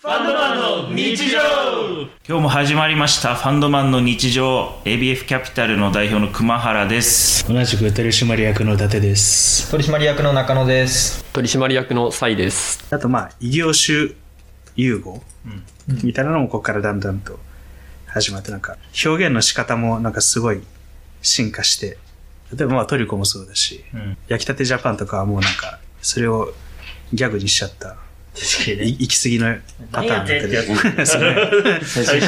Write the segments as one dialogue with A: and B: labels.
A: ァンドマンの日常
B: 今日も始まりましたファンドマンの日常 ABF キャピタルの代表の熊原です
C: 同じく取締役の伊達です
D: 取締役の中野です
E: 取締役のサイです。
C: あとまあ異業種融合みたいなのもここからだんだんと始まってなんか表現の仕方もなんかすごい進化して例えばまあトリコもそうだし、
A: ん
C: 焼きたてジャパンとかはもうなんかそれをギャグにしちゃった
A: 確かに
C: い行き過ぎのパターンだったり そうね
A: 最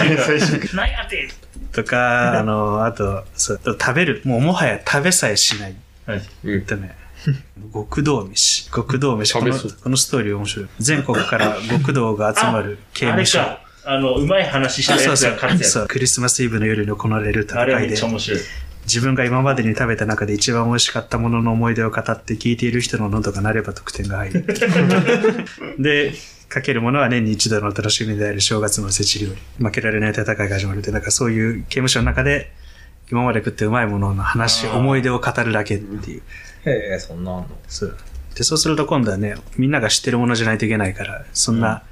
A: 終 回何やって
C: とかあのあとそう食べるもうもはや食べさえしない
E: うん
C: えっとね、 極道飯。極道飯。この、
E: 食べそ
C: このストーリー面白い。全国から極道が集まる刑
A: あ
C: 務
A: れ
C: 所。
A: かあのうまい話した
C: あそ
A: や
C: う
A: つ
C: そ
A: が勝
C: う
A: つ
C: そ
A: や
C: う。クリスマスイブの夜のこのレル
A: つ
C: 戦
A: あれめ
C: い
A: っ
C: で
A: ちゃ、面白い
C: 自分が今までに食べた中で一番美味しかったものの思い出を語って聞いている人の喉が鳴れば得点が入 る。で、かけるものは年に一度の楽しみである正月のおせち料理。負けられない戦いが始まるって、なんかそういう刑務所の中で、今まで食ってうまいものの話、
A: あー
C: 思い出を語るだけっていう。
D: へえそんなの
C: そう。で、そうすると今度はね、みんなが知ってるものじゃないといけないから、そんな、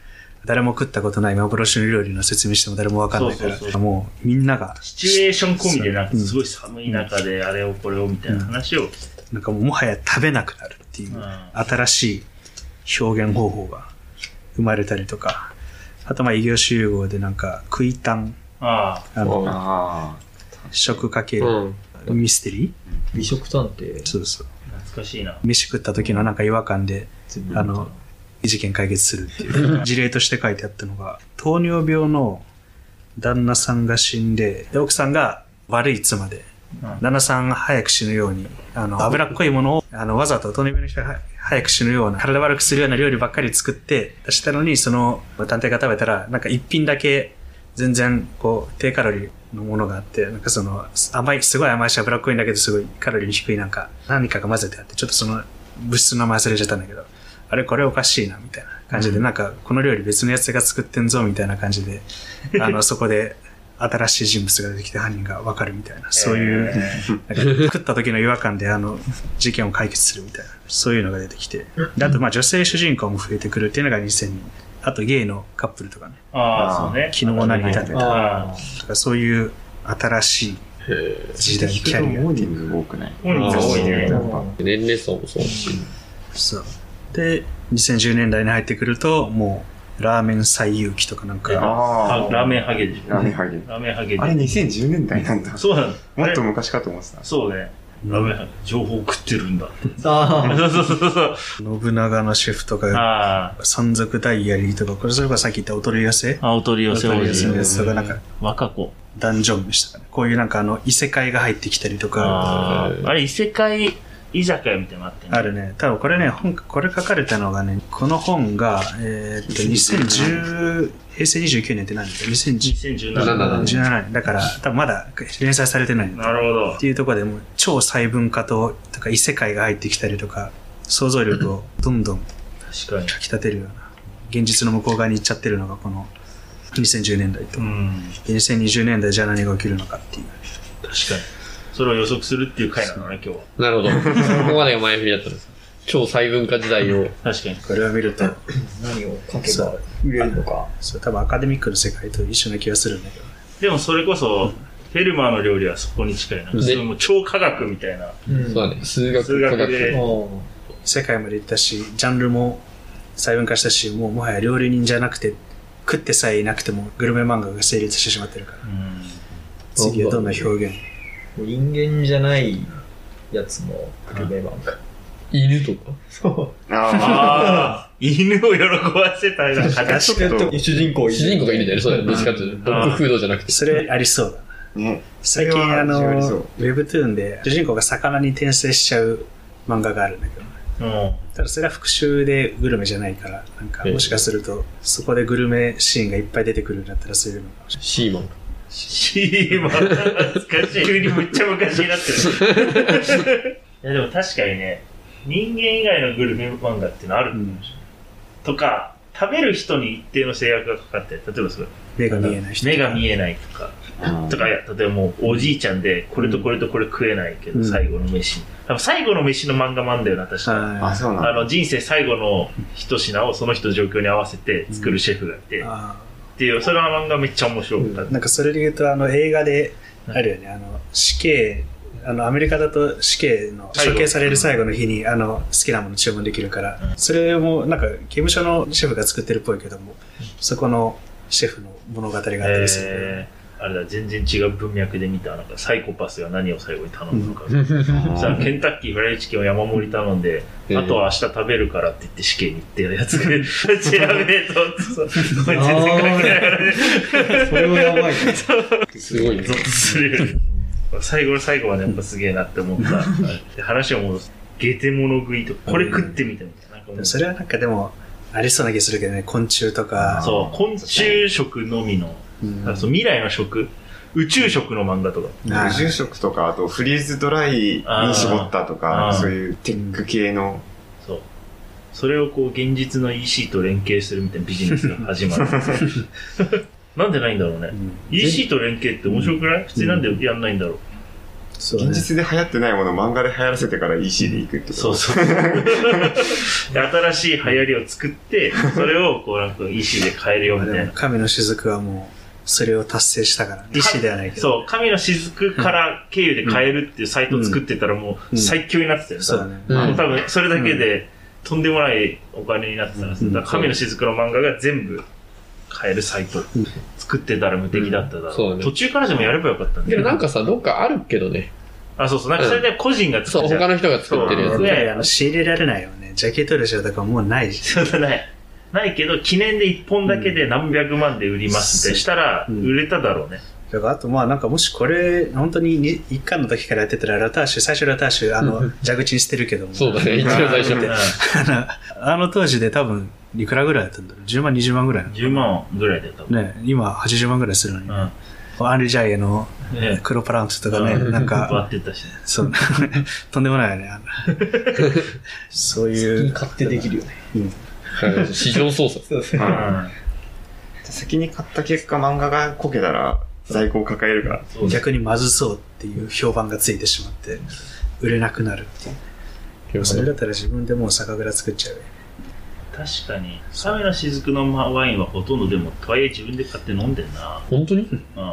C: 誰も食ったことない幻の料理の説明しても誰もわかんないから、
A: そうそうそう
C: もうみんなが、
A: シチュエーション込みでなんか
C: うん
A: すごい寒い中であれをこれをみたいな話を、
C: なんかもうもはや食べなくなるっていう、
A: うん
C: 新しい表現方法が生まれたりとか、あとまあ異業種融合でなんか、食いたん、
A: あ
C: あの、
E: あ
C: 食かけ
E: う
C: る、
E: ん。
C: ミステリ
D: 美食探偵
C: ーそうそう。
A: あ懐かしいな
C: 飯食った時のなんか違和感で、あの、事件解決するっていう 事例として書いてあったのが、糖尿病の旦那さんが死んで、で奥さんが悪い妻で、
A: うん
C: 旦那さんが早く死ぬように、あの、脂っこいものを、あの、わざと糖尿病の人がは早く死ぬような、体悪くするような料理ばっかり作って出したのに、その、探偵が食べたら、なんか一品だけ、全然、こう、低カロリーのものがあって、なんかその、甘い、すごい甘いし脂っこいんだけど、すごいカロリー低いなんか、何かが混ぜてあって、ちょっとその、物質の名前忘れちゃったんだけど、あれこれおかしいな、みたいな感じで、なんか、この料理別のやつが作ってんぞ、みたいな感じで、あの、そこで、新しい人物が出てきて犯人がわかるみたいな、そういう、なんか食った時の違和感であの事件を解決するみたいなそういうのが出てきてであとまあ女性主人公も増えてくるっていうのが2000人あとゲイのカップルとかね
A: ああそうね
C: 昨日何食べた
A: ああ
C: とかそういう新しい時代キャリア
F: モーニング多くない
A: 本人多いね
E: 年齢層もそうだし。
C: そうで2010年代に入ってくるともうラーメン最有機とかなんか
F: あ
A: は
F: あ。
A: ラーメン
F: ン。
A: ハゲでしょ
F: ラーメンハゲ。
A: ラーメンハゲで
F: あれ2010年代なんだ。
A: そうなの
F: もっと
A: あれ
F: 昔かと思ってた。
A: そうねラーメンハゲ情報食ってるんだ
D: あ
A: そうそうそうそう
C: 信長のシェフとか
A: あ
C: 山賊ダイアリーとかこれそれこそさっき言ったお取り寄せ
A: あお取り
C: お
A: 寄せ
C: 取
A: お
C: り寄
A: じ
C: せ
A: さ
C: のや
A: ん
C: つとかなんか
A: 若子
C: ダンジョンでしたかねこういうなんかあの異世界が入ってきたりとか
A: あ
E: え
A: ー
E: ー
A: あれ異世界居酒屋みたいなのあってね
C: あるね。多分これね、本、これ書かれたのがね、この本が、えーっと、2010、平成29年って何だ
A: 2017
C: ?2017
E: 2017
C: 年。だから、多分まだ連載されてないんだ
A: なるほど
C: っていうところでもう、超細分化と、とか異世界が入ってきたりとか、想像力をどんどん
A: 確かに
C: かき立てるような、現実の向こう側に行っちゃってるのが、この2010年代と、
A: うん
C: 2020年代じゃあ何が起きるのかっていう。
A: 確かにそれを予測するっていう回なのね今日は
E: なるほど。そこまでが前振りだったんです。超細分化時代を。
A: 確かに
C: これを見ると、
D: 何を書けば売れるのか
C: そう、多分アカデミックの世界と一緒な気がするんだけどね。
A: でもそれこそフェルマーの料理はそこに近いな
E: ね
A: それも超科学みたいな
D: うん
E: そうだね。数学、
A: 数学
E: 科
A: で
E: 学。
C: 世界まで行ったしジャンルも細分化したしもうもはや料理人じゃなくて食ってさえいなくてもグルメ漫画が成立してしまってるから
A: うん
C: 次はどんな表現
D: 人間じゃないやつのグルメ漫画
E: 犬とか。
D: そ
F: あ
A: ああ犬を喜ばせたいな形
F: ちょっと
D: う主人公いる
E: 主人公が犬だよね。そうだよね。どっちかっていうと。ドッグフードじゃなくて。
C: それありそうだな
F: あ。ね。
C: 最近
F: それは
C: あの
F: 非常にそう
C: Webtoon で主人公が魚に転生しちゃう漫画があるんだけど
A: うん
C: ただそれは復讐でグルメじゃないからなんか
E: ええ
C: もしかするとそこでグルメシーンがいっぱい出てくるんだったらそういうのかもしれ
E: シーマン。
A: シーマ懐かしい急にむっちゃ昔になってるいやでも確かにね人間以外のグルメ漫画ってのある
C: ない、うん
A: とか食べる人に一定の制約がかかって、例えばそれ
C: 目が見えない人。
A: 目が見えないとか、とか、いや例えばもうおじいちゃんで、これとこれとこれ食えないけ
C: う
A: ど、
C: ん
A: 最後の飯。多分最後の飯の漫画もあんだよな、確か。
F: あ、
C: は
F: そう
A: あ
F: なんだ。
A: の、人生最後の一品をその人の状況に合わせて作るシェフがいて、
C: い。
A: っ
C: あ
A: ていう、それは漫画めっちゃ面白かっ
C: ー
A: た。
C: なんかそれで言うと、あの、映画で、あるよね、あの、死刑、あの、アメリカだと死刑の、
A: 最後
C: 処刑される最後の日に、あの、好きなもの注文できるから、それも、なんか、刑務所のシェフが作ってるっぽいけども、そこのシェフの物語があったりする。
A: えーあれだ、全然違う文脈で見た、なんかサイコパスが何を最後に頼むのか。 さあ、ケンタッキーフライチキンを山盛り頼んで、
E: うん
A: あとは明日食べるからって言って試験に行ってるやつが、調べると、そう全然関係ないからね。
E: それはやばい。すごいね
A: ゾ。ッとするよね。最後の最後までやっぱすげえなって思った。 で話を戻す。ゲテモノ食いとか、これ食ってみたみたいな。なんかも
C: で
A: う
C: もそれはなんかでも、ありそうな気するけどね、昆虫とか、
A: そう、昆虫食のみの、
C: うん
A: あそう未来の食、宇宙食の漫画とか。
C: あー
F: 宇宙食とか、あとフリーズドライに絞ったと
A: あ
F: か
A: ー、
F: そういうテック系の、
A: そう。それをこう、現実の EC と連携するみたいなビジネスが始 まる。なんでないんだろうね
C: う。ん
A: EC と連携って面白くない普通なんでやんないんだろう。
C: そうね
F: 現実で流行ってないものを漫画で流行らせてから EC で行くってこと
A: そうそう。 新しい流行りを作って、それをこうなんか EC で変えるよみた
C: で
A: い
C: も
A: な。
C: 神の雫はもう、それを達成したから、意志ではないけど。
A: そう、神の雫から経由で変えるっていうサイトを作ってたらもう
C: う
A: ん最強になってたよ、
C: そうだね。
E: うん
A: 多分それだけでとんでもないお金になってたら、だから神の雫の漫画が全部変えるサイト
C: うん
A: 作ってたら無敵だっただ
E: うん
A: ろ
E: そう
A: う。
E: だね
A: 途中からでもやればよかったんだ
E: でも
A: よ
E: なんかさ、どっかあるけどね。
A: あ、そうそう。なんかそれで個人が
E: そ
A: 作
E: う、
A: っちゃ
E: 他
A: う。
E: の人が作ってる
C: やっ
E: やつ
C: ぱ
A: そう
E: ね。
C: りあの仕入れられないよね。ジャケットレシオとかもうないし。
A: そうだね。ないけど、記念で1本だけで何百万で売りますってしたら、
C: うん
A: 売れただろうね。
C: だからあとまあなんかもしこれ、本当にに一巻の時からやってたら、ラターシュ、最初ラターシュ、あ
E: う
C: の
E: ん、
C: 蛇口に捨てるけども。
E: そうだね、一番最初。
C: あの、あの当時で多分、いくらぐらいだったんだろう ?10 万、20万ぐらい
A: 10万ぐらいだよ、多分。
C: ね、今80万ぐらいするのに。
A: う
C: アンリジャイエの
A: ん。ね
C: 黒パランツとかね、
A: うん
C: なんか、
A: 割ってたしね。
C: そう、 とんでもないよね。あのそういう。
D: 勝手できるよね。
E: うん市場操作。
D: そうですね。
F: うん先に買った結果漫画がこけたら在庫を抱えるから。
A: そうだね
C: 逆にまずそうっていう評判がついてしまって、売れなくなるっていう。それだったら自分でもう酒蔵作っちゃうよ。
A: 確かに。サメの雫のワインはほとんどでも、とはいえ自分で買って飲んでんな。
E: 本当に
A: うん。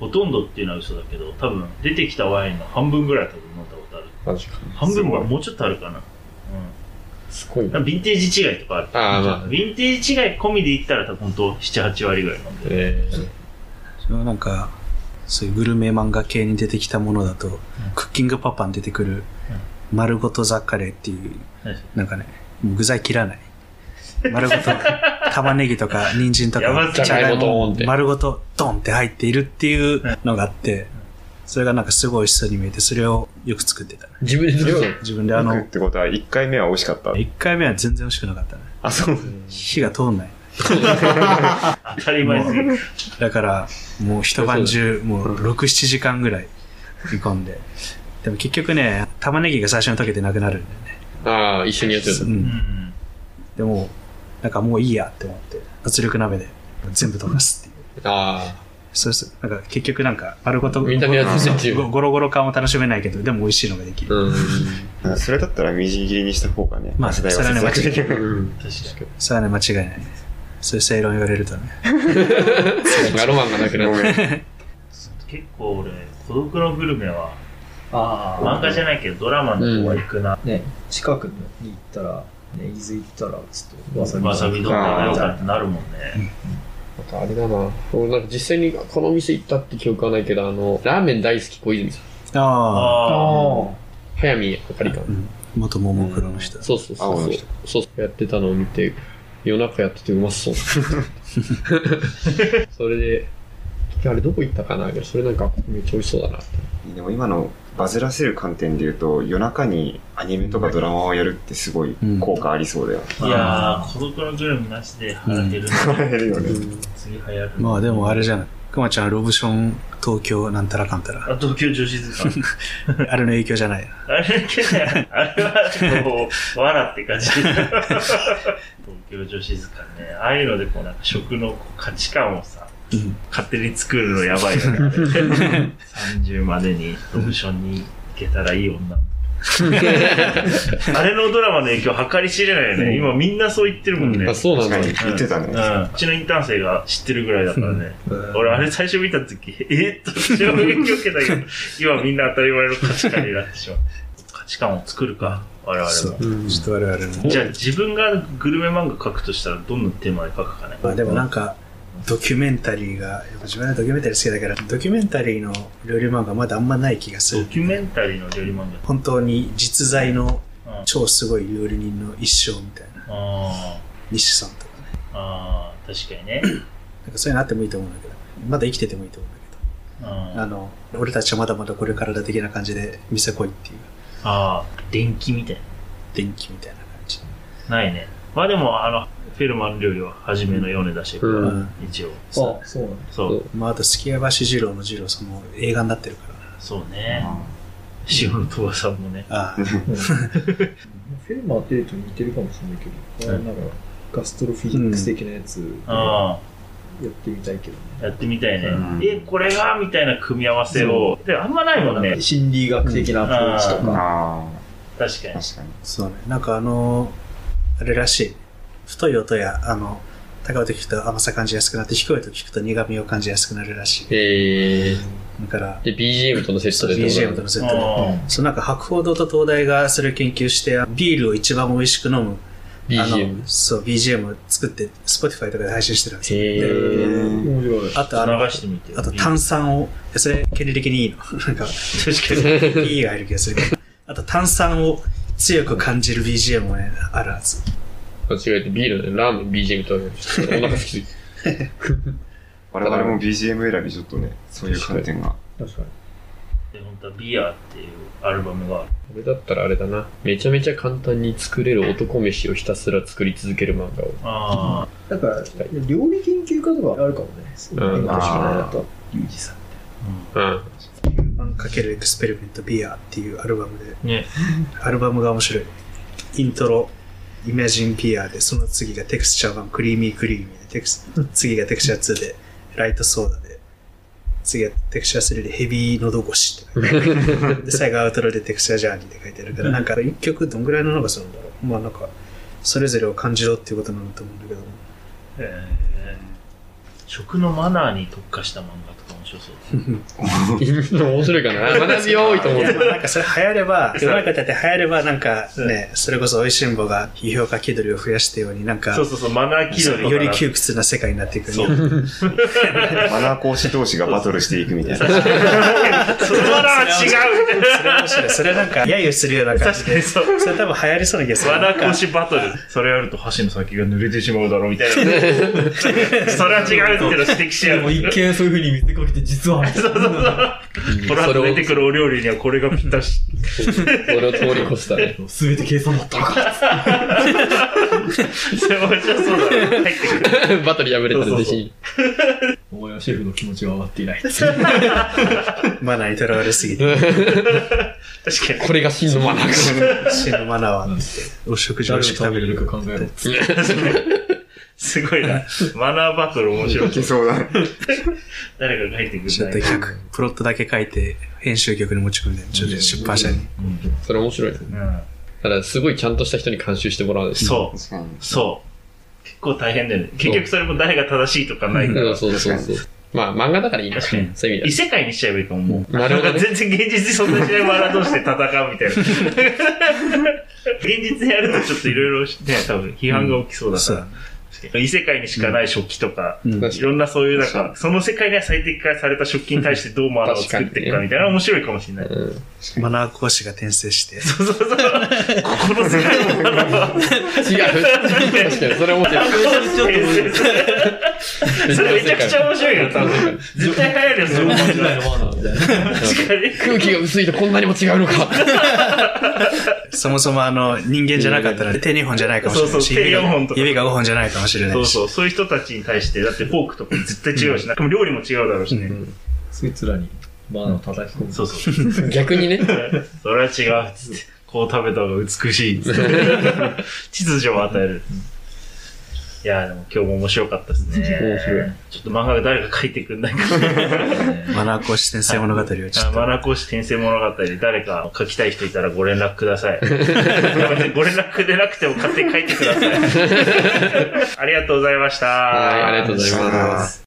A: ほとんどっていうのは嘘だけど、多分出てきたワインの半分ぐらいは多分飲んだことある。
E: マジか。
A: 半分は
F: す
A: もうちょっとあるかな。
E: すごい
A: うん。
E: な
A: 多。分ヴィンテージ違いとかある。
E: ああ、まあ。
A: ヴィンテージ違い込みで言ったら多分ほんと7、8割ぐらい飲んでる
E: えー
C: そのなんか、そういうグルメ漫画系に出てきたものだと、クッキングパパに出てくる、丸ごとザッカレーっていう、
A: はい
C: なんかね、もう具材切らない。丸ごと、玉ねぎとか、人参と
A: やば
C: か
A: い、
E: じゃがいもドーンって。
C: 丸ごとドンって入っているっていうのがあって、それがなんかすごい美味しそうに見えて、それをよく作ってたね。
E: 自分で作ったの
C: 自分であ
F: 行
C: の
F: くっ、てことは1回目は美味しかった。
C: 1回目は全然美味しくなかったね。
F: あ、そう。
C: 火が通んない。
A: 当たり前すぎる。
C: だから、もう一晩中、もう6、7時間ぐらい煮込んで。でも結局ね、玉ねぎが最初に溶けてなくなるんだよね。
E: ああ、一緒にやってた
C: う。。
A: うんん。
C: でも、なんかもういいやって思って、圧力鍋で全部溶かすっていう。
E: あ
C: そうするなんか結局なんか丸ごと
E: あ、みんなでやってたっていう
C: ゴ。ゴロゴロ感を楽しめないけど、でも美味しいのができる。
E: うん。
F: それだったらみじん切りにした方がね、
C: まあ
F: 世代は
C: それはね
F: 節約できる。
E: うん
A: 確かに。
C: それはね、間違いない。そういう正論言われるとね。
E: ロマンがなくな
F: ご
E: っ
F: めん
A: 結構俺、孤独のグルメは、
D: ああ。
A: 漫画じゃないけどドラマの方は行くな。
D: ね、近くに行ったら、ね、伊豆行ったら、ちょっとわさび。
A: わさび丼がよかってなるもんね。
E: あれだな。俺なんか実際にこの店行ったって記憶はないけど、あの、ラーメン大好き小泉さん。
C: ああ。
A: ああ。
D: あ
E: 早見あかりかな。
C: 元ももクロの人。
E: そうそうそう
F: 青の
E: そう
F: 人。
E: そうそうやってたのを見て、夜中やっててうまそう。それで、あれどこ行ったかなそれなんかめっちゃ美味しそうだなって。
F: でも今のバズらせる観点で言うと、夜中にアニメとかドラマをやるってすごい効果ありそうだ よ。
A: いやー、孤独のグルメなしで流行ってるの、
F: やるよね。
A: 次流行る。
C: まあでもあれじゃない。くまちゃんはロブション東京なんたらかんたら。
A: あ、東京女子図鑑。
C: あれの影響じゃない。
A: あれだけね、あれはこう、笑って感じ。東京女子図鑑ね。ああいうのでこうなんか食のこう価値観をさ、
C: うん
A: 勝手に作るのやばいよね。30までにロブションに行けたらいい女。あれのドラマの影響計り知れないよね。今みんなそう言ってるもんね。
E: あ、そうなん
F: 確
E: だ
F: か。に言ってたね。
A: うん、うちのインターン生が知ってるぐらいだからね。俺、あれ最初見たとき、えっと、衝撃を受けたけど、今みんな当たり前の価値観になってしまう。価値観を作るか、我
C: そ
A: 々も。
C: う。ちょっと我々も。
A: じゃあ自分がグルメ漫画描くとしたらどんなテーマで描くかね。
C: まあでもなんか、ドキュメンタリーが、やっぱ自分はドキュメンタリー好きだから、ドキュメンタリーの料理漫画まだあんまない気がす
A: ド
C: る。
A: キュメンタリーの料理漫
C: 本当に実在の
A: 画。うん、
C: 超すごい料理人の一生みたいな。
A: あ
C: 西さんとかね。
A: ーあー、確かにね。
C: なんかそういうのあってもいいと思うんだけど、まだ生きててもいいと思うんだけど。
A: うん、
C: あ
A: あ
C: の、俺たちはまだまだこれからだ的な感じで、店来いっていう、
A: あー、電気みたい
C: 電気みたいな感じ。
A: な。ないね。まあでも、あの、フェルマン料理は初めの4年出してる
E: う
A: か
E: ん。
A: ら、一応。
D: あ、そうなんだ。
A: そう、
C: まあ、あと、月屋橋二郎の二郎さんも映画になってるからな。
A: そうね。塩の鳥羽さんもね。
C: ああ、
D: うんフェルマーテーと似てるかもしれないけど、
A: うん
D: なんかガストロフィジックス的なやつや
A: あ
D: ってみたいけどね。
A: あ、やってみたいね。
F: うん
A: え、これがみたいな組み合わせを。で、あんまないもん
D: なん
A: ね
D: か。心理学的なアプローチとか。
F: あ
A: 確か
F: あ、
A: に。
F: 確かに。
C: そうね。なんかあのーあれらしい。太い音や、あの、高いと聞くと甘さ感じやすくなって、低いと聞くと苦味を感じやすくなるらしい。
E: へえ。
C: だから、
E: で、BGM とのセットでってことな
C: BGM
E: ん
C: と
E: だ
C: のセットで。
A: あ
C: そう、なんか白鵬堂と東大がそれを研究して、ビールを一番美味しく飲む、あ
E: BGM
C: の、。そう、BGM を作って、Spotify とかで配信してるんですよ。
E: へー
D: 面白い。
C: あと、あ
A: あ
C: の
A: 流、してみて。
C: あと炭酸を、それ、権利的にいいの。 なんか、
A: 確かに。
C: いいが入る気がするけど。あと、炭酸を強く感じる BGM もね、あるはず。
E: 間違えてビールだね。ラーメン BGM とは言われてる。お腹すきす
F: 我々も BGM 選びちょっとね、そういう観点が。
D: 確かに。
A: で本当はビアっていうアルバムがある。
E: 俺だったらあれだな。めちゃめちゃ簡単に作れる男飯をひたすら作り続ける漫画を。
A: あ
D: だから、料理研究家とかあるかもね。そういうのだと。
A: あ、ユージさん。
E: うん。
C: ×エクスペリメントビアっていうアルバムで、
A: ね。
C: アルバムが面白い。イントロ、イマジンビアで、その次がテクスチャー1、クリーミークリーミーで、テクス次がテクスチャー2で、ライトソーダで、次がテクスチャー3でヘビー喉越しって書いてある。で、最後アウトロでテクスチャージャーニーって書いてあるから、なんか一曲どんぐらいの長さなんだろう。まあなんか、それぞれを感じろっていうことなんだと思うんだけども。
A: えー食のマナーに特化した漫画とか面白そう。
E: 面白いかな。学びは多いと思
C: いう や。でもなんかそれ流行れば、世の中だって流行れば、なんかね、それこそ美味しんぼが批評家気取りを増やしたように、なんか、
A: そうそうそう、マナー気取り
C: より窮
A: ュ
C: 屈な世界になっていくね
A: そう。
F: マナー講師同士がバトルしていくみたい な。
A: そのマナーは違うみたい
C: それ面白い。それなんか、揶揄するような
A: な。
C: 感じ
A: 確か
C: で。
A: にそう。
C: それ多分流行りそうな気がする。
A: 和田
C: なんか
A: 腰バトル。それやると箸の先が濡れてしまうだろうみたいな。 それは違うっていうのを指摘し合う。
D: 見そういうふうに見せかけて、実は。
A: そうそうそう。この後出てくるお料理にはこれがぴったし。
E: 俺を通り越したね。
D: すべて計算だったのか。
A: それ面白そうだね。入ってくる。
E: バトル破れたらぜひ。
D: お前はシェフの気持ちが上がっていない。
C: マナーにとらわれ すぎて、
A: 確かに。
E: これが真のマナーか。
C: 死ぬマナーはって、お食事を美味しく食べる。
D: か考えろ。
A: すごいな。マナーバトル面白
F: い
A: い。
F: けそうだね。
A: 誰かが入ってく
C: ちょっと
A: る。
C: 100、プロットだけ書いて、編集局に持ち込んで、ちょっと出版社に。
E: それ面白いね。
A: うん。
E: ただ、すごいちゃんとした人に監修してもらう。
A: そ
F: 確かに
A: う。。そう。結構大変だよね。結局それも誰が正しいとかないか
E: う
A: ら
E: ん、。そうそうそう。まあ、漫画だからいいな。
A: 確かに
E: そういう意
A: 異
E: 味
A: 世界にしちゃえばいいかも、もう。
E: なるほどね
A: んか全然現実にそんなしないマナー同士で戦うみたいな。現実でやるとちょっといろいろね、多分批判が起きそうだか
C: そ
A: ら。
C: う。
A: 異世界にしかない食器とか、
C: うん
A: いろんなそういう、なんか、その世界が最適化された食器に対してどうマナーを作っていくかみたいな面白いかもしれない。
E: だ。うん。
C: マナー講師が転生して、
A: そうそうそう。ここの世界のマナーは。
E: 違 う。確かに、それ面白い。
A: それめちゃくちゃ面白いよ、多分。絶対流行るよ、その面白い。確かに。
E: 空気が薄いとこんなにも違うのか。
C: そもそもあの、人間じゃなかったら手2本じゃないかもしれ
A: そ
C: な
A: う
C: い
A: そう
C: し、
A: 手
C: 指が
A: 四本とか
C: 指が5本じゃないかももしれな
A: そ
C: いうし。
A: そう、そういう人たちに対して、だってフォークとか絶対違うしな、でも料理も違うだろうしね。
D: そいつらにバーナー叩き込む。
A: そうそう。
E: 逆にね。
A: それは違うっつって。こう食べた方が美しいっ つって。秩序を与える。いやーでも今日も面白かったですね。
E: 面白い
A: ちょっと漫画が誰か書いてくんないかね
C: マナー講師先生物語をちょっ
A: あマ
C: と。
A: ナコシ転生物語で誰か書きたい人いたらご連絡くださ い。ごめんなさいご連絡でなくても 勝手に書いてください。ありがとうございました。
E: はい、ありがとうございます。